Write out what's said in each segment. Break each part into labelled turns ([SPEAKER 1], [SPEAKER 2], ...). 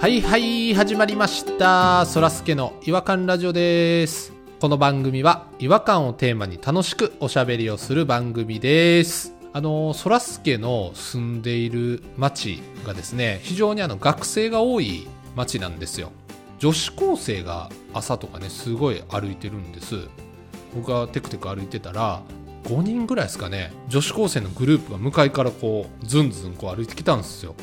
[SPEAKER 1] はいはい始まりましたそらすけの違和感ラジオですこの番組は違和感をテーマに楽しくおしゃべりをする番組ですあのそらすけの住んでいる町がですね非常にあの学生が多い町なんですよ女子高生が朝とかねすごい歩いてるんです僕がテクテク歩いてたら5人ぐらいですかね女子高生のグループが向かいからこうずんずんこう歩いてきたんですよ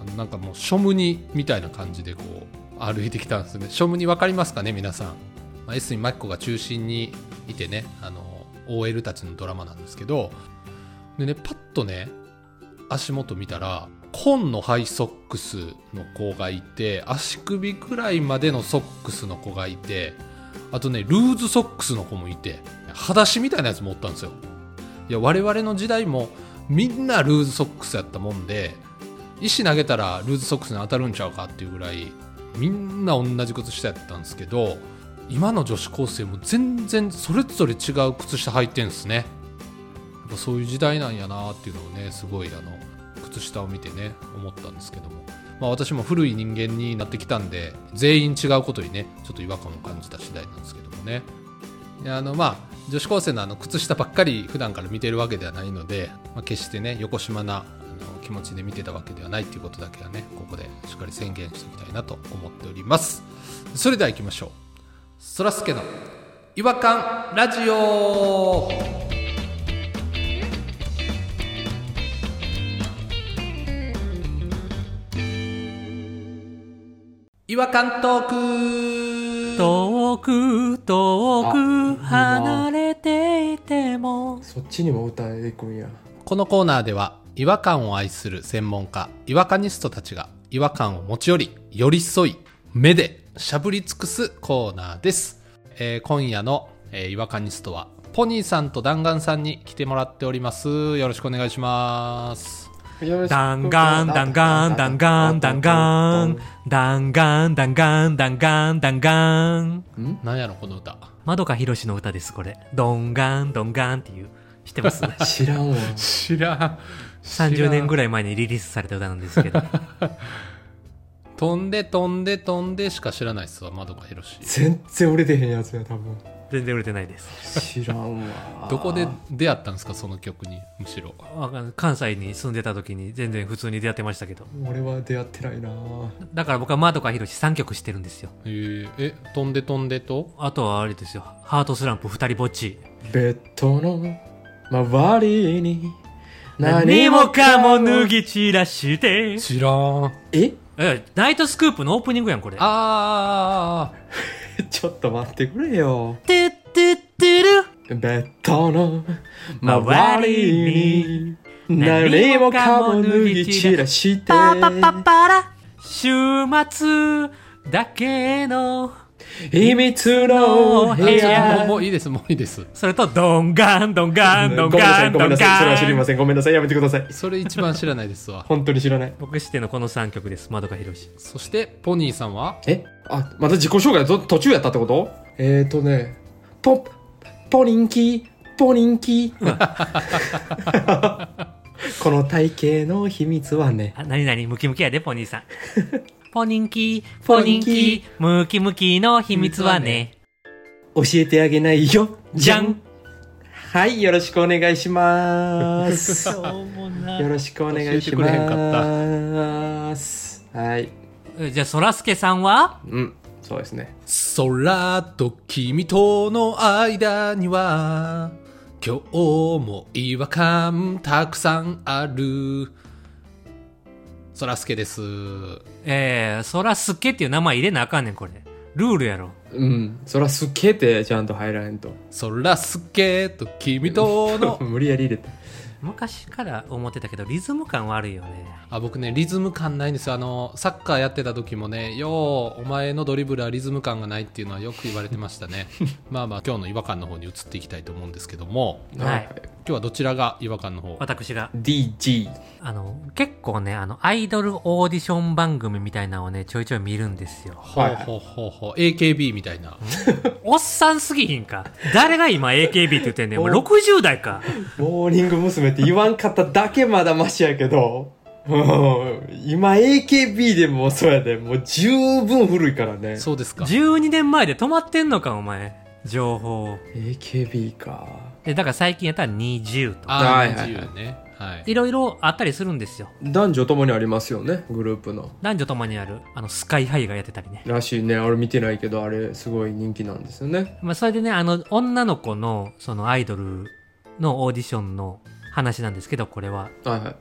[SPEAKER 1] あのなんかもうショムニみたいな感じでこう歩いてきたんですねショムニ分かりますかね皆さん、まあ、エスミマキコが中心にいてねあの OL たちのドラマなんですけどでねパッとね足元見たら紺のハイソックスの子がいて足首くらいまでのソックスの子がいてあとねルーズソックスの子もいて裸足みたいなやつもおったんですよいや我々の時代もみんなルーズソックスやったもんで石投げたらルーズソックスに当たるんちゃうかっていうぐらいみんな同じ靴下やったんですけど今の女子高生も全然それぞれ違う靴下履いてんですねやっぱそういう時代なんやなっていうのをねすごいあの靴下を見てね思ったんですけども、まあ、私も古い人間になってきたんで全員違うことにねちょっと違和感を感じた次第なんですけどもねいやあのまあ女子高生のあの靴下ばっかり普段から見てるわけではないので、まあ、決してね横島なあの気持ちで見てたわけではないっていうことだけはねここでしっかり宣言しておきたいなと思っておりますそれでは行きましょうそらすけの違和感ラジオ違和感トーク
[SPEAKER 2] 遠く遠く
[SPEAKER 3] あいいな
[SPEAKER 2] 離れていても
[SPEAKER 3] そっちにも歌えてくんや。
[SPEAKER 1] このコーナーでは違和感を愛する専門家違和感ニストたちが違和感を持ち寄り寄り添い目でしゃぶり尽くすコーナーです、えー今夜の、えー違和感ニストはポニーさんと弾丸さんに来てもらっておりますよろしくお願いします
[SPEAKER 2] 弾丸弾丸弾丸弾丸弾丸弾丸弾丸弾丸
[SPEAKER 1] なんやろこの歌
[SPEAKER 2] まどかひろしの歌ですこれドンガンドンガンっていう 知ってます
[SPEAKER 3] 知らんわ。
[SPEAKER 1] 知らん
[SPEAKER 2] 30年ぐ
[SPEAKER 1] らい
[SPEAKER 2] らい前にリリースされた歌なんですけど
[SPEAKER 1] 飛んで飛んで飛んでしか知らないっすわ窓かひろし
[SPEAKER 3] 全然売れてへんやつや、多分。
[SPEAKER 2] 全然売れてないです
[SPEAKER 3] 知らんわ。
[SPEAKER 1] どこで出会ったんですかその曲にむしろ
[SPEAKER 2] わかんない関西に住んでた時に全然普通に出会ってましたけど
[SPEAKER 3] 俺は出会ってないな。
[SPEAKER 2] だから僕はまどかひろし3曲してるんですよ
[SPEAKER 1] えーえ飛んで飛んでと
[SPEAKER 2] あとはあれですよハートスランプ二人ぼっち
[SPEAKER 3] ベッドの周りに
[SPEAKER 2] 何もかも脱。ぎ散らして
[SPEAKER 1] 知らん
[SPEAKER 3] え
[SPEAKER 2] え、ナイトスクープのオープニングやん、これ。
[SPEAKER 1] あー
[SPEAKER 3] ちょっと待ってくれよ。
[SPEAKER 2] てってってる。
[SPEAKER 3] ベッドの周りに何もかも脱ぎ散らして。
[SPEAKER 2] パパパパラ。週末だけの。
[SPEAKER 3] 秘密の部
[SPEAKER 2] い
[SPEAKER 1] あーもう
[SPEAKER 2] や
[SPEAKER 3] 屋
[SPEAKER 1] も。ういいですもういいです
[SPEAKER 2] それと、ドンガン、ドンガン、ド
[SPEAKER 3] ご
[SPEAKER 2] ン
[SPEAKER 3] めんなさ
[SPEAKER 2] ガ
[SPEAKER 3] い、
[SPEAKER 2] ン、
[SPEAKER 3] ご
[SPEAKER 2] ド
[SPEAKER 3] め
[SPEAKER 2] ンガ
[SPEAKER 3] んな
[SPEAKER 2] ン。
[SPEAKER 3] さい。それは知りません。ごめんなさい。やめてください。
[SPEAKER 1] それ一番知らないです わ
[SPEAKER 3] 本当に知らない。
[SPEAKER 2] 僕してのこの3曲です。まどかひろし。
[SPEAKER 1] そしてポニーさんは
[SPEAKER 3] えあ、また自己紹介と途中やったってことえーとね、ポ、ポリンキー、ポリンキー。 この体型の秘密はね、
[SPEAKER 2] あ、なになに、ムキムキやで、ポニーさん。 ポニンキー、ポニンキー、ムキムキの秘密はね。
[SPEAKER 3] 教えてあげないよ。
[SPEAKER 2] じゃん。
[SPEAKER 3] はい、よろしくお願いします。 よ
[SPEAKER 2] うもな
[SPEAKER 3] ろしくお願い
[SPEAKER 1] 教え
[SPEAKER 3] し
[SPEAKER 1] てくれへん
[SPEAKER 3] ます。はい。
[SPEAKER 2] じゃあ、そらすけさんは
[SPEAKER 3] うん、そうですね。
[SPEAKER 1] 空と君との間には今日も違和感たくさんあるそらすけです
[SPEAKER 2] えー、そらすけっていう名前入れなあかんねん、これ。ルールやろ。
[SPEAKER 3] うん、そらすっげえてちゃんと入らへんと。
[SPEAKER 1] そらすけと君との
[SPEAKER 3] 無理やり入れた。
[SPEAKER 2] 昔から思ってたけどリズム感悪いよね
[SPEAKER 1] あ僕ねリズム感ないんですよあのサッカーやってた時もねようお前のドリブルはリズム感がないっていうのはよく言われてましたねまあまあ今日の違和感の方に移っていきたいと思うんですけども
[SPEAKER 2] はい
[SPEAKER 1] 今日はどちらが違和感の方
[SPEAKER 2] 私が
[SPEAKER 3] DG。
[SPEAKER 2] あの結構ねあのアイドルオーディション番組みたいなのをねちょいちょい見るんですよ
[SPEAKER 1] ほうほうほうほう AKB みたいな
[SPEAKER 2] おっさんすぎひんか誰が今 AKB って言ってんねんお前60代か
[SPEAKER 3] モーニング娘。って言わんかっただけまだマシやけど うん今 AKB でもそうやで、もう十分古いからね。
[SPEAKER 1] そうですか。
[SPEAKER 2] 12年前で止まってんのかお前情報
[SPEAKER 3] AKB か。
[SPEAKER 2] でだから最近やったら20とか
[SPEAKER 1] ああ、
[SPEAKER 3] はいはいはい
[SPEAKER 1] 20ね。はい。
[SPEAKER 2] いろいろあったりするんですよ
[SPEAKER 3] 男女ともにありますよね、グループの。
[SPEAKER 2] 男女ともにあるあのスカイハイがやってたりね、
[SPEAKER 3] らしいね、俺見てないけど、あれすごい人気なんですよね。
[SPEAKER 2] まあ、それでねあの女の子のそのアイドルのオーディションの話なんですけどこれは
[SPEAKER 3] はいはい。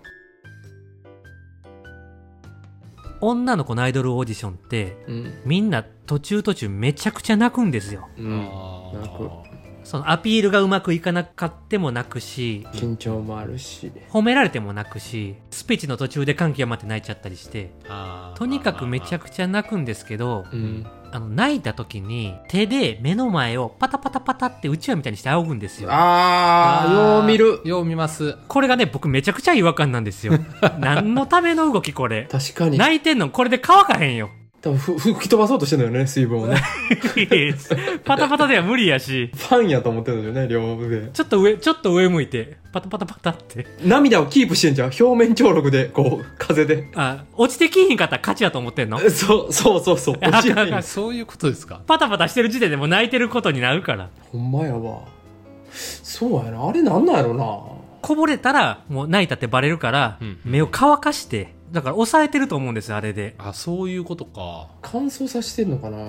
[SPEAKER 2] 女の子のアイドルオーディションって
[SPEAKER 3] うん。
[SPEAKER 2] みんな途中途中めちゃくちゃ泣くんですよ
[SPEAKER 3] うん。
[SPEAKER 1] あ
[SPEAKER 3] なんか
[SPEAKER 1] ー
[SPEAKER 2] そのアピールがうまくいかなかっても泣くし
[SPEAKER 3] 緊張もあるし。
[SPEAKER 2] 褒められても泣くしスピーチの途中で歓喜が待って泣いちゃったりして
[SPEAKER 1] あー
[SPEAKER 2] とにかくめちゃくちゃ泣くんですけど
[SPEAKER 3] うん。
[SPEAKER 2] あの泣いた時に手で目の前をパタパタパタってうちわみたいにして仰ぐんですよ
[SPEAKER 3] あー、よう見る。
[SPEAKER 1] よう見ます。
[SPEAKER 2] これがね、僕めちゃくちゃ違和感なんですよ。何のための動きこれ。
[SPEAKER 3] 確かに。
[SPEAKER 2] 泣いてんのこれで乾かへんよ。
[SPEAKER 3] 多分ふ、ふ吹き飛ばそうとしてんだよね、水分をね。
[SPEAKER 2] パタパタでは無理やし。
[SPEAKER 3] ファンやと思ってるんだよね、両腕。
[SPEAKER 2] ちょっと上、ちょっと上向いて、パタパタパタって。
[SPEAKER 3] 涙をキープしてんじゃん。表面張力で、こう、風で。
[SPEAKER 2] あ、落ちてきひんかったら勝ちやと思ってんの
[SPEAKER 3] そう、そうそう そう。落ちてん
[SPEAKER 2] あ
[SPEAKER 1] そういうことですか。
[SPEAKER 2] パタパタしてる時点でもう泣いてることになるから。
[SPEAKER 3] ほんまやわ。そうやな。あれなんなんやろな。
[SPEAKER 2] こぼれたら、もう泣いたってバレるから
[SPEAKER 1] うん、
[SPEAKER 2] 目を乾かして、だから抑えてると思うんですよ、あれで。
[SPEAKER 1] あ、そういうことか。
[SPEAKER 3] 乾燥させてんのかな、あ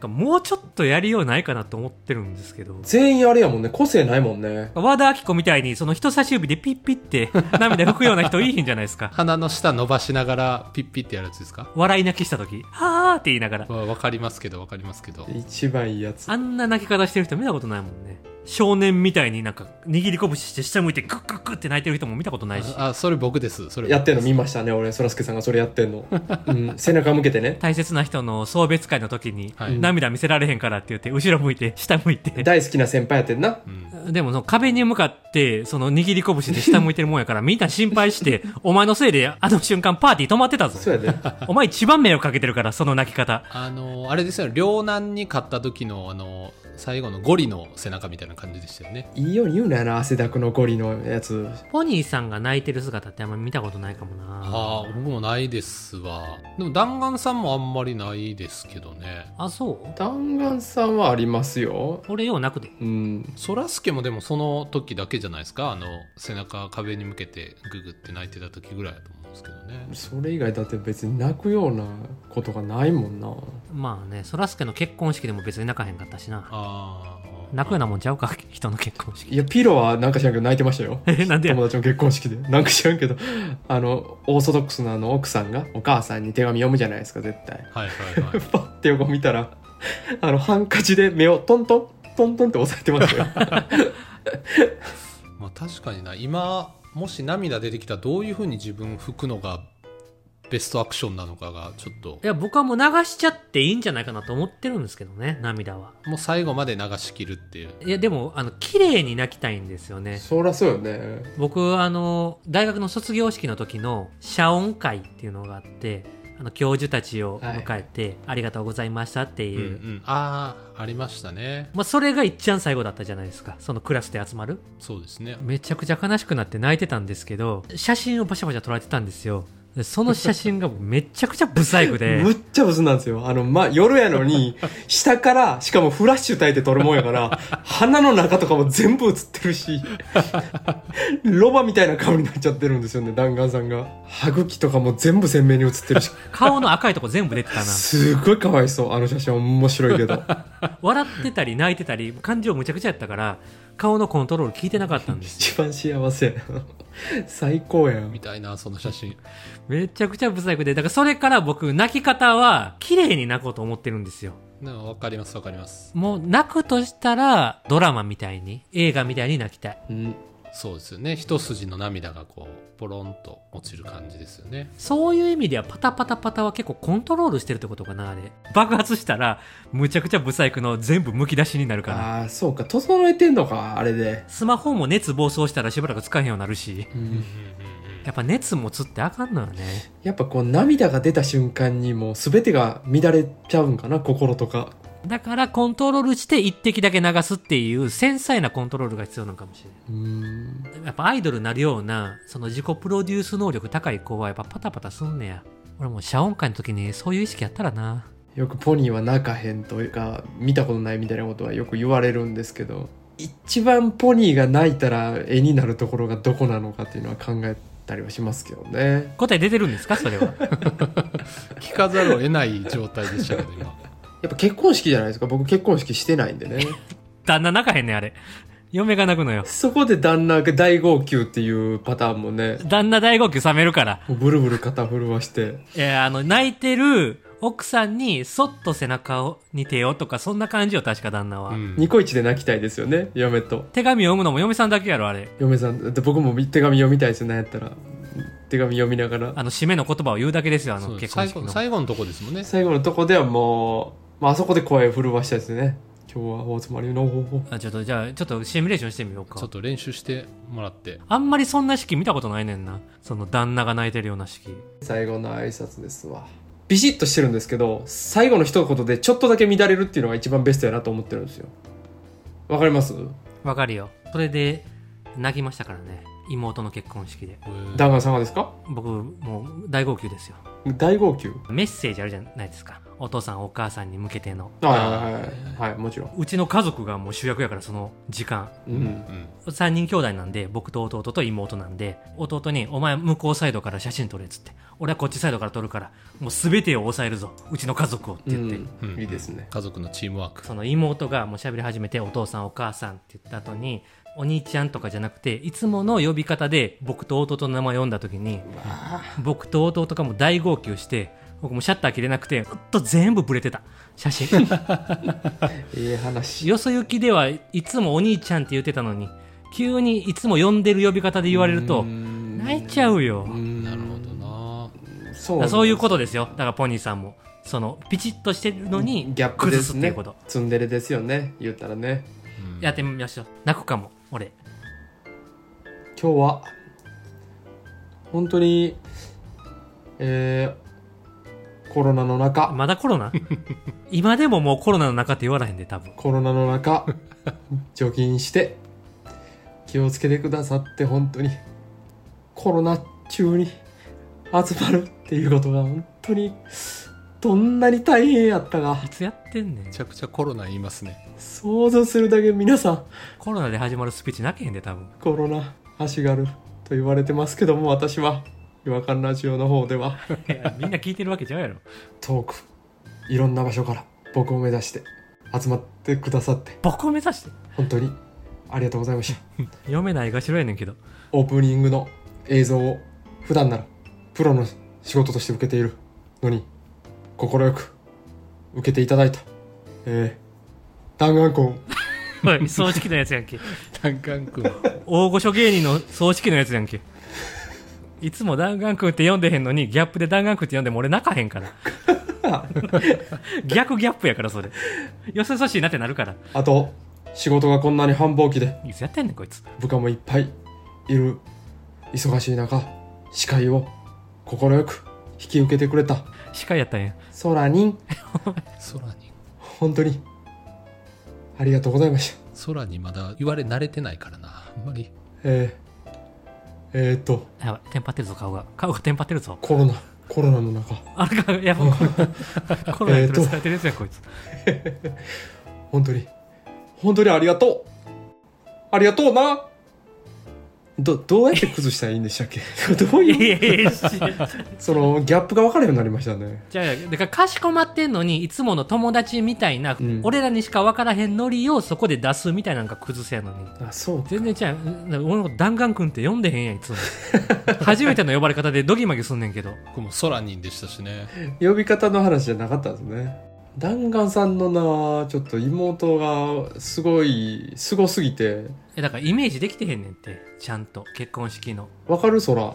[SPEAKER 3] れ。
[SPEAKER 2] もうちょっとやりようないかなと思ってるんですけど。
[SPEAKER 3] 全員あれやもんね。個性ないもんね。
[SPEAKER 2] 和田アキ子みたいに、その人差し指でピッピ ッて涙拭くような人いいひんじゃないですか。
[SPEAKER 1] 鼻の下伸ばしながらピッピってやるやつですか
[SPEAKER 2] 笑い泣きした時、はーって言いながら。
[SPEAKER 1] わわかりますけど、わかりますけど。
[SPEAKER 3] 一番いいやつ。
[SPEAKER 2] あんな泣き方してる人見たことないもんね。少年みたいになんか握り拳して下向いてクックックって泣いてる人も見たことないし。
[SPEAKER 1] あ、それ僕です。それ
[SPEAKER 3] やってんの見ましたね、俺。そらすけさんがそれやってん の。うん。背中向けてね。
[SPEAKER 2] 大切な人の送別会の時に、
[SPEAKER 1] はい
[SPEAKER 2] 涙見せられへんからって言って、後ろ向いて、下向いて。
[SPEAKER 3] 大好きな先輩やってんな。
[SPEAKER 2] でもその壁に向かって、その握り拳で下向いてるもんやから、みんな心配 して、お前のせいであの瞬間パーティー止まってたぞ。
[SPEAKER 3] そう やで。
[SPEAKER 2] お前一番迷惑かけてるから、その泣き方。
[SPEAKER 1] あの、あれですよね。両南に勝った時の、あの、最後のゴリの背中みたいな感じでしたよね。
[SPEAKER 3] いいように言うなよな、汗だくのゴリのやつ。
[SPEAKER 2] ポニーさんが泣いてる姿ってあんま見たことないかもな
[SPEAKER 1] ああ、僕もないですわ。でも弾丸さんもあんまりないですけどね。
[SPEAKER 2] あそう
[SPEAKER 3] 弾丸さんはありますよ。
[SPEAKER 2] 俺よう泣くで
[SPEAKER 3] うん。
[SPEAKER 1] そらすけもでもその時だけじゃないですかあの背中壁に向けてググって泣いてた時ぐらいだと思うんですけどね
[SPEAKER 3] それ以外だって別に泣くようなことがないもんな。
[SPEAKER 2] まあねそらすけの結婚式でも別に泣かへんかったしな
[SPEAKER 1] ああ
[SPEAKER 2] 泣くようなもんちゃうか人の結婚式
[SPEAKER 3] いや、ピロはなんか知らんけど泣いてましたよ。
[SPEAKER 2] え なんでや
[SPEAKER 3] 友達の結婚式で。なんか知らんけど、あの、オーソドックスなあの奥さんがお母さんに手紙読むじゃないですか、絶対。
[SPEAKER 1] はいはいはい
[SPEAKER 3] パッて横見たら、あの、ハンカチで目をトントン、トントンって押さえてましたよ。
[SPEAKER 1] まあ確かにな今もし涙出てきたらどういうふうに自分拭くのがベストアクションなのかがちょっと
[SPEAKER 2] いや僕はもう流しちゃっていいんじゃないかなと思ってるんですけどね涙は
[SPEAKER 1] もう最後まで流し切るっていう
[SPEAKER 2] いやでもあの綺麗に泣きたいんですよね
[SPEAKER 3] そらそうよね。
[SPEAKER 2] 僕あの大学の卒業式の時の謝恩会っていうのがあってあの教授たちを迎えて、ありがとうございましたって
[SPEAKER 1] う
[SPEAKER 2] い
[SPEAKER 1] んう
[SPEAKER 2] う、
[SPEAKER 1] んああありましたね
[SPEAKER 2] まあ、それが一番最後だったじゃないですかそのクラスで集まる
[SPEAKER 1] そうですね
[SPEAKER 2] めちゃくちゃ悲しくなって泣いてたんですけど写真をバシャバシャ撮られてたんですよでその写真がめちゃくちゃブサイクで
[SPEAKER 3] むっちゃブスなんですよ。あの、ま、夜やの に、下から、しかもフラッシュ焚いて撮るもんやから、鼻の中とかも全部映ってるし、ロバみたいな顔になっちゃってるんですよね、弾丸さんが。歯茎とかも全部鮮明に映ってるし、
[SPEAKER 2] 顔の赤いとこ全部出てたな
[SPEAKER 3] すごいかわいそう。あの写真面白いけど。
[SPEAKER 2] 笑ってたり泣いてたり感情むちゃくちゃやったから顔のコントロール効いてなかったんです
[SPEAKER 3] 一番幸せ。最高やん
[SPEAKER 1] み。たいなその写真
[SPEAKER 2] めちゃくちゃブサイクでだからそれから僕泣き方は綺麗に泣こうと思ってるんですよ
[SPEAKER 1] なんかわかりますわかります
[SPEAKER 2] もう泣くとしたらドラマみたいに映画みたいに泣きたい
[SPEAKER 3] うん
[SPEAKER 1] そうですよね一筋の涙がこうポロンと落ちる感じですよね
[SPEAKER 2] そういう意味ではパタパタパタは結構コントロールしてるってことかなあれ爆発したらむちゃくちゃブサイクの全部むき出しになるから
[SPEAKER 3] ああ、そうか。整えてんのか、あれで。
[SPEAKER 2] スマホも熱暴走したらしばらく使えへんようになるし
[SPEAKER 3] うん
[SPEAKER 2] やっぱ熱持つってあかんのよね
[SPEAKER 3] やっぱこう涙が出た瞬間にもう全てが乱れちゃうんかな心とか
[SPEAKER 2] だからコントロールして一滴だけ流すっていう繊細なコントロールが必要なのかもしれない。
[SPEAKER 3] うん
[SPEAKER 2] やっぱアイドルになるようなその自己プロデュース能力高い子はやっぱパタパタすんねや俺も謝恩会の時にそういう意識やったらな
[SPEAKER 3] よくポニーは泣かへんというか見たことないみたいなことはよく言われるんですけど一番ポニーが泣いたら絵になるところがどこなのかっていうのは考えたりはしますけどね
[SPEAKER 2] 答え出てるんですかそれは
[SPEAKER 1] 聞かざるを得ない状態でしたけど今
[SPEAKER 3] やっぱ結婚式じゃないですか僕結婚式してないんでね
[SPEAKER 2] 旦那泣かへんねんあれ嫁が泣くのよ
[SPEAKER 3] そこで旦那が大号泣っていうパターンもね
[SPEAKER 2] 旦那大号泣冷めるから
[SPEAKER 3] もうブルブル肩震わして
[SPEAKER 2] いやあの泣いてる奥さんにそっと背中をに手をとかそんな感じよ確か旦那は、
[SPEAKER 1] うん
[SPEAKER 3] ニコイチで泣きたいですよね嫁と
[SPEAKER 2] 手紙読むのも嫁さんだけやろあれ
[SPEAKER 3] 嫁さんで僕も手紙読みたいですよなんやったら手紙読みながら
[SPEAKER 2] あの締めの言葉を言うだけですよあ
[SPEAKER 1] そ
[SPEAKER 2] の
[SPEAKER 1] う
[SPEAKER 2] 結婚
[SPEAKER 1] 最
[SPEAKER 2] 式
[SPEAKER 1] 後
[SPEAKER 2] の
[SPEAKER 1] 最後のとこですもんね
[SPEAKER 3] 最後のとこではもう、まああそこで声を震わしたいですね今日はお集まりのほほ
[SPEAKER 2] あちょっとじゃあちょっとシミュレーションしてみようか
[SPEAKER 1] ちょっと練習してもらって
[SPEAKER 2] あんまりそんな式見たことないねんな。その旦那が泣いてるような式。
[SPEAKER 3] 最後の挨拶ですわビシッとしてるんですけど最後の一言でちょっとだけ乱れるっていうのが一番ベストやなと思ってるんですよわかります
[SPEAKER 2] わかるよ。それで、泣きましたからね。妹の結婚式で。
[SPEAKER 3] 旦那様ですか
[SPEAKER 2] 僕、もう大号泣ですよ。
[SPEAKER 3] 大号泣
[SPEAKER 2] メッセージあるじゃないですか。お父さん、お母さんに向けての。
[SPEAKER 3] はいはいはいはいもちろん
[SPEAKER 2] うちの家族がもう主役やから、その時間。
[SPEAKER 3] うん
[SPEAKER 1] うん
[SPEAKER 2] 3人兄弟なんで、僕と弟と妹なんで、弟に、お前向こうサイドから写真撮れっつって、俺はこっちサイドから撮るから、もう全てを抑えるぞ、うちの家族をって言って、
[SPEAKER 3] うんいいですね
[SPEAKER 1] 家族のチームワーク
[SPEAKER 2] その妹がもう喋り始めてお父さんお母さんって言った後にお兄ちゃんとかじゃなくていつもの呼び方で僕と弟の名前を読んだ時に僕と弟がもう大号泣して僕もシャッター切れなくてずっと全部ブレてた写真
[SPEAKER 3] ええ話
[SPEAKER 2] よそ行きではいつもお兄ちゃんって言ってたのに急にいつも呼んでる呼び方で言われると泣いちゃうよ
[SPEAKER 1] なるほどな
[SPEAKER 2] だ
[SPEAKER 3] そ
[SPEAKER 2] か
[SPEAKER 3] う
[SPEAKER 2] らそういう
[SPEAKER 3] と
[SPEAKER 2] ことですよだからポニーさんもそのピチッとしてるのに
[SPEAKER 3] ギャップで
[SPEAKER 2] 崩
[SPEAKER 3] す
[SPEAKER 2] すってい
[SPEAKER 3] ね
[SPEAKER 2] うこと、
[SPEAKER 3] ツンデレですよね言ったらね
[SPEAKER 2] やってみましょう泣くかも俺
[SPEAKER 3] 今日は本当にえー、コロナの中、
[SPEAKER 2] まだコロ ナ今でももうコロナの中って言わらへんで、多分。
[SPEAKER 3] コロナの中除菌して気をつけてくださって本当にコロナ中に集まるっていうことが本当にどんなに大変やったか
[SPEAKER 2] いつやってんねん
[SPEAKER 1] めち。ゃくちゃコロナ言いますね
[SPEAKER 3] 想像するだけ皆さん
[SPEAKER 2] コロナで始まるスピーチなけへんで、多分。
[SPEAKER 3] コロナ足があると言われてますけども私は違和感ラジオの方ではい
[SPEAKER 2] やみんな聞いてるわけちゃうやろ。
[SPEAKER 3] 遠くいろんな場所から僕を目指して集まってくださって
[SPEAKER 2] 僕を目指して。
[SPEAKER 3] 本当にありがとうございました
[SPEAKER 2] 読めないがしろやねんけど。
[SPEAKER 3] オープニングの映像を普段ならプロの仕事として受けているのに快く受けていただいたえー、弾丸婚
[SPEAKER 2] おい、葬式のやつやんけ。
[SPEAKER 1] 弾丸君
[SPEAKER 2] 大御所芸人の葬式のやつやんけ。いつも弾丸君って読んでへんのに、ギャップで弾丸君って読んでも俺泣かへん から。逆ギャップやから、それ。よそよそしいなってなるから。
[SPEAKER 3] あと仕事がこんなに繁忙期で
[SPEAKER 2] いつやってんねん、こいつ。
[SPEAKER 3] 部下もいっぱいいる忙しい中司会を快く引き受けてくれた
[SPEAKER 2] 司会やったんや。
[SPEAKER 3] 空に
[SPEAKER 1] 空に
[SPEAKER 3] 本当にありがとうございました
[SPEAKER 1] 空にまだ言われ慣れてないからなあんまり
[SPEAKER 3] えー、えー、っと
[SPEAKER 2] やばい、テンパってるぞ、顔が。顔がテンパってるぞ。
[SPEAKER 3] コロナコロナの中
[SPEAKER 2] あれか、やば い、コロナに取りされてるやつやん、こいつ。
[SPEAKER 3] 本当に本当にありがとうありがとうなどどうやって崩したらいいんでしたっけ どう
[SPEAKER 2] いやい
[SPEAKER 3] い
[SPEAKER 2] や
[SPEAKER 3] う
[SPEAKER 2] いや、し
[SPEAKER 3] そのギャップが分かるようになりましたね
[SPEAKER 2] じゃあ、だから、かしこまってんのに、いつもの友達みたいな、
[SPEAKER 3] うん
[SPEAKER 2] 俺らにしか分からへんノリをそこで出すみたいなのが崩せやのに。
[SPEAKER 3] あそう
[SPEAKER 2] 全然ちゃう、俺のこと弾丸くんって読んでへんやん、いつも。初めての呼ばれ方でドギマギすんねんけど。
[SPEAKER 1] 僕も空にでしたしね
[SPEAKER 3] 呼び方の話じゃなかったんですね弾丸さんのなちょっと妹がすごいすごすぎて
[SPEAKER 2] え、だからイメージできてへんねんって、ちゃんと、結婚式の。
[SPEAKER 3] 分かる空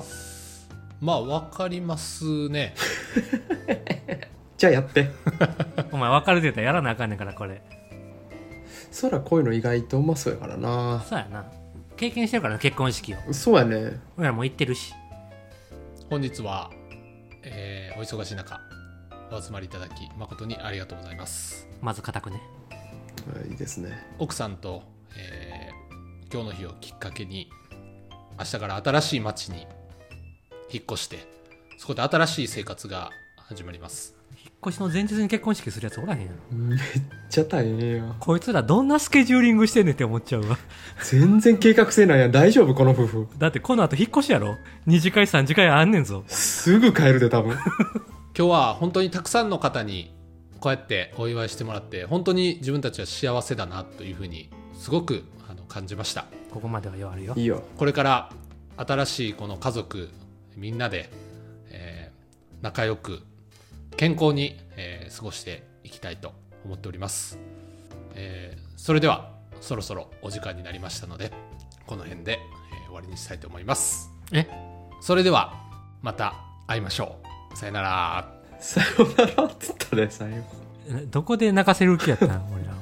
[SPEAKER 1] まあわかりますね
[SPEAKER 3] じゃあやって
[SPEAKER 2] お前分かるてたらやらなあかんねんから、これ。
[SPEAKER 3] 空こういうの意外とうまそうやからな
[SPEAKER 2] そうやな。経験してるからな、結婚式を。
[SPEAKER 3] そうやね
[SPEAKER 2] 俺らも行ってるし。
[SPEAKER 1] 本日は、えーお忙しい中お集まりいただき誠にありがとうございます
[SPEAKER 2] まず固くね
[SPEAKER 3] いいですね
[SPEAKER 1] 奥さんと、えー今日の日をきっかけに明日から新しい町に引っ越してそこで新しい生活が始まります
[SPEAKER 2] 引っ越しの前日に結婚式するやつおらへんやろ
[SPEAKER 3] めっちゃ大変や
[SPEAKER 2] こいつらどんなスケジューリングしてんねんって思っちゃうわ
[SPEAKER 3] 全然計画性ないやん大丈夫この夫婦
[SPEAKER 2] だってこの後引っ越しやろ2次会3次会あんねんぞ
[SPEAKER 3] すぐ帰るで多分
[SPEAKER 1] 今日は本当にたくさんの方にこうやってお祝いしてもらって本当に自分たちは幸せだなというふうにすごくあの感じました
[SPEAKER 2] ここまではよあるよ
[SPEAKER 3] いいよ
[SPEAKER 1] これから新しいこの家族みんなで、えー仲良く健康に、えー過ごしていきたいと思っております、えーそれではそろそろお時間になりましたのでこの辺で、えー終わりにしたいと思います
[SPEAKER 2] え
[SPEAKER 1] それではまた会いましょうさよなら
[SPEAKER 3] さよならっつったで最後
[SPEAKER 2] どこで泣かせる気やったん俺らを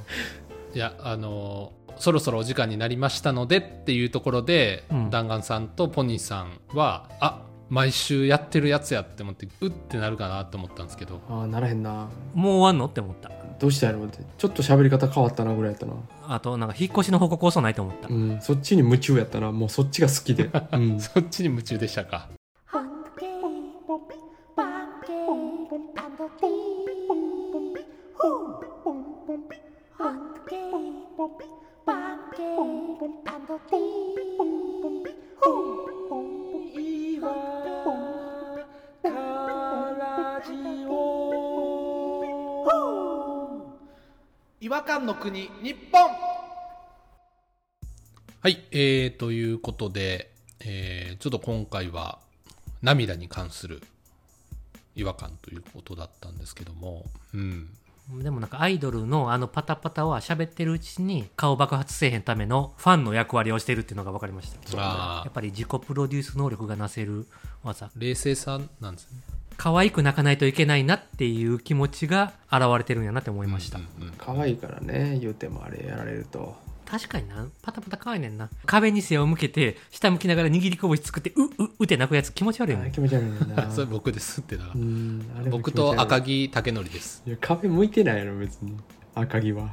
[SPEAKER 1] いやあのーそろそろお時間になりましたのでっていうところで、
[SPEAKER 2] うん
[SPEAKER 1] 弾丸さんとポニーさんはあ毎週やってるやつやって思ってうってなるかなと思ったんですけど
[SPEAKER 3] ああならへんな
[SPEAKER 2] もう終わんのって思った
[SPEAKER 3] どうしたやろうってちょっと喋り方変わったなぐらいやったな
[SPEAKER 2] あとなんか引っ越しの報告こそないと思った
[SPEAKER 3] うんそっちに夢中やったなもうそっちが好きで、うん、
[SPEAKER 1] そっちに夢中でしたか
[SPEAKER 4] Hungry,
[SPEAKER 1] 違和感の国日本はいえー、ということで、えーちょっと今回は涙に関する違和感ということだったんですけどもうん
[SPEAKER 2] でもなんかアイドルのあのパタパタは喋ってるうちに顔爆発せえへんためのファンの役割をしてるっていうのが分かりました
[SPEAKER 1] あ
[SPEAKER 2] や
[SPEAKER 1] ー
[SPEAKER 2] っぱり自己プロデュース能力がなせる技
[SPEAKER 1] 冷静さなんですね
[SPEAKER 2] 可愛く泣かないといけないなっていう気持ちが現れてるんやなって思いました、
[SPEAKER 1] うんうん
[SPEAKER 3] 可愛いからね言うてもあれやられると
[SPEAKER 2] 確かになパタパタ可愛いねんな壁に背を向けて下向きながら握り拳作ってうううって泣くやつ気持ち悪いよ
[SPEAKER 3] あー
[SPEAKER 2] ね
[SPEAKER 3] 気持ち悪いねんな
[SPEAKER 1] それ僕ですってな
[SPEAKER 3] うんあれも
[SPEAKER 1] 僕
[SPEAKER 3] 気持ち悪い
[SPEAKER 1] と赤木武則です
[SPEAKER 3] いや壁向いてないやろ別に赤城は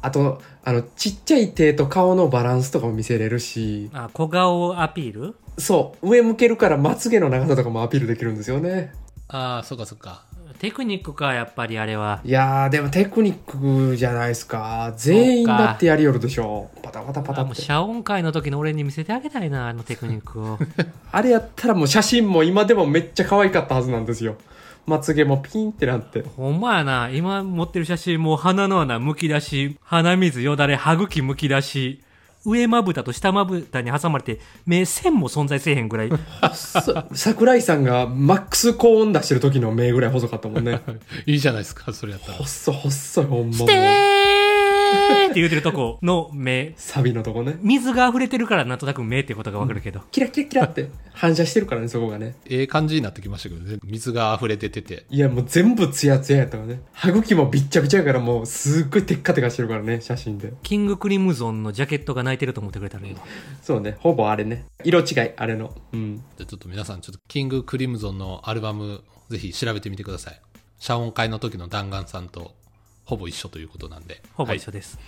[SPEAKER 3] あとあのちっちゃい手と顔のバランスとかも見せれるし
[SPEAKER 2] あ小顔アピール
[SPEAKER 3] そう上向けるからまつげの長さとかもアピールできるんですよね
[SPEAKER 1] ああそうかそうか
[SPEAKER 2] テクニックかやっぱりあれはい
[SPEAKER 3] やーでもテクニックじゃないですか全員だってやりよるでしょパタパタパタ
[SPEAKER 2] あも
[SPEAKER 3] っ
[SPEAKER 2] う
[SPEAKER 3] て
[SPEAKER 2] 謝恩会の時の俺に見せてあげたいなあのテクニックを
[SPEAKER 3] あれやったらもう写真も今でもめっちゃ可愛かったはずなんですよまつげもピンってなって
[SPEAKER 2] ほんまやな今持ってる写真もう鼻の穴むき出し鼻水よだれ歯茎むき出し上まぶたと下まぶたに挟まれて目線も存在せえへんぐらい
[SPEAKER 3] さ桜井さんがマックス高音出してる時の目ぐらい細かったも んね
[SPEAKER 1] いいじゃないですかそれやったら
[SPEAKER 3] 細い細いほんまもう
[SPEAKER 2] えーって言うてるとこの目
[SPEAKER 3] サビのとこね
[SPEAKER 2] 水が溢れてるからなんとなく目ってことがわかるけど、
[SPEAKER 3] キラキラキラって反射してるからね、そこがね。
[SPEAKER 1] ええ感じになってきましたけどね水が溢れ出てて
[SPEAKER 3] いや、もう全部ツヤツヤやったからね。歯茎もびっちゃびちゃやから、もうすっごいテッカテカしてるからね、写真で。
[SPEAKER 2] キングクリムゾンのジャケットが泣いてると思ってくれたらいいわ
[SPEAKER 3] そうね、ほぼあれね。色違い、あれの。うん。
[SPEAKER 1] じゃあちょっと皆さんちょっとキングクリムゾンのアルバムぜひ調べてみてください謝恩会の時の弾丸さんとほぼ一緒ということなんで
[SPEAKER 2] ほぼ
[SPEAKER 1] は
[SPEAKER 2] 一
[SPEAKER 1] い
[SPEAKER 2] 緒です、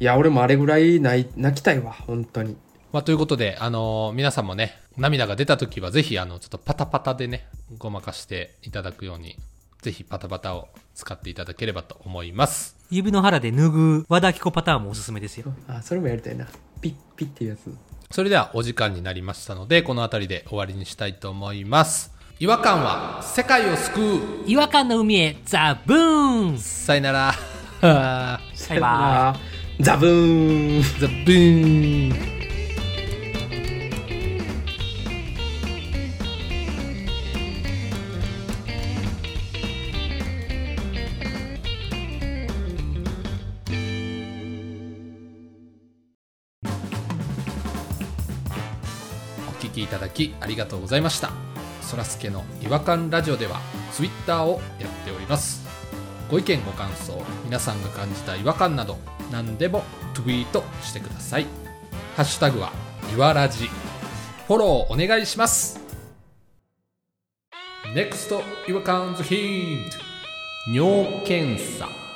[SPEAKER 3] いや、俺もあれぐらい泣い泣きたいわ、本当に。
[SPEAKER 1] まあ、ということで、あのー皆さんもね涙が出た時はぜひあのちょっとパタパタでねごまかしていただくようにぜひパタパタを使っていただければと思います
[SPEAKER 2] 指の腹で脱ぐ和田アキ子パターンもおすすめですよ
[SPEAKER 3] あ、それもやりたいな。ピッピッっていうやつ。
[SPEAKER 1] それではお時間になりましたので、この辺りで終わりにしたいと思います。違和感は世界を救う
[SPEAKER 2] 違和感の海へザブーン
[SPEAKER 1] さよなら。 ザ
[SPEAKER 2] バイバイ
[SPEAKER 3] イ。 ザブーン
[SPEAKER 1] ブーンお聞きいただきありがとうございましたそらすけの違和感ラジオではツイッターをやっておりますご意見ご感想皆さんが感じた違和感など何でもツイートしてくださいハッシュタグはいわらじフォローお願いします NEXT 違和感ズヒント尿検査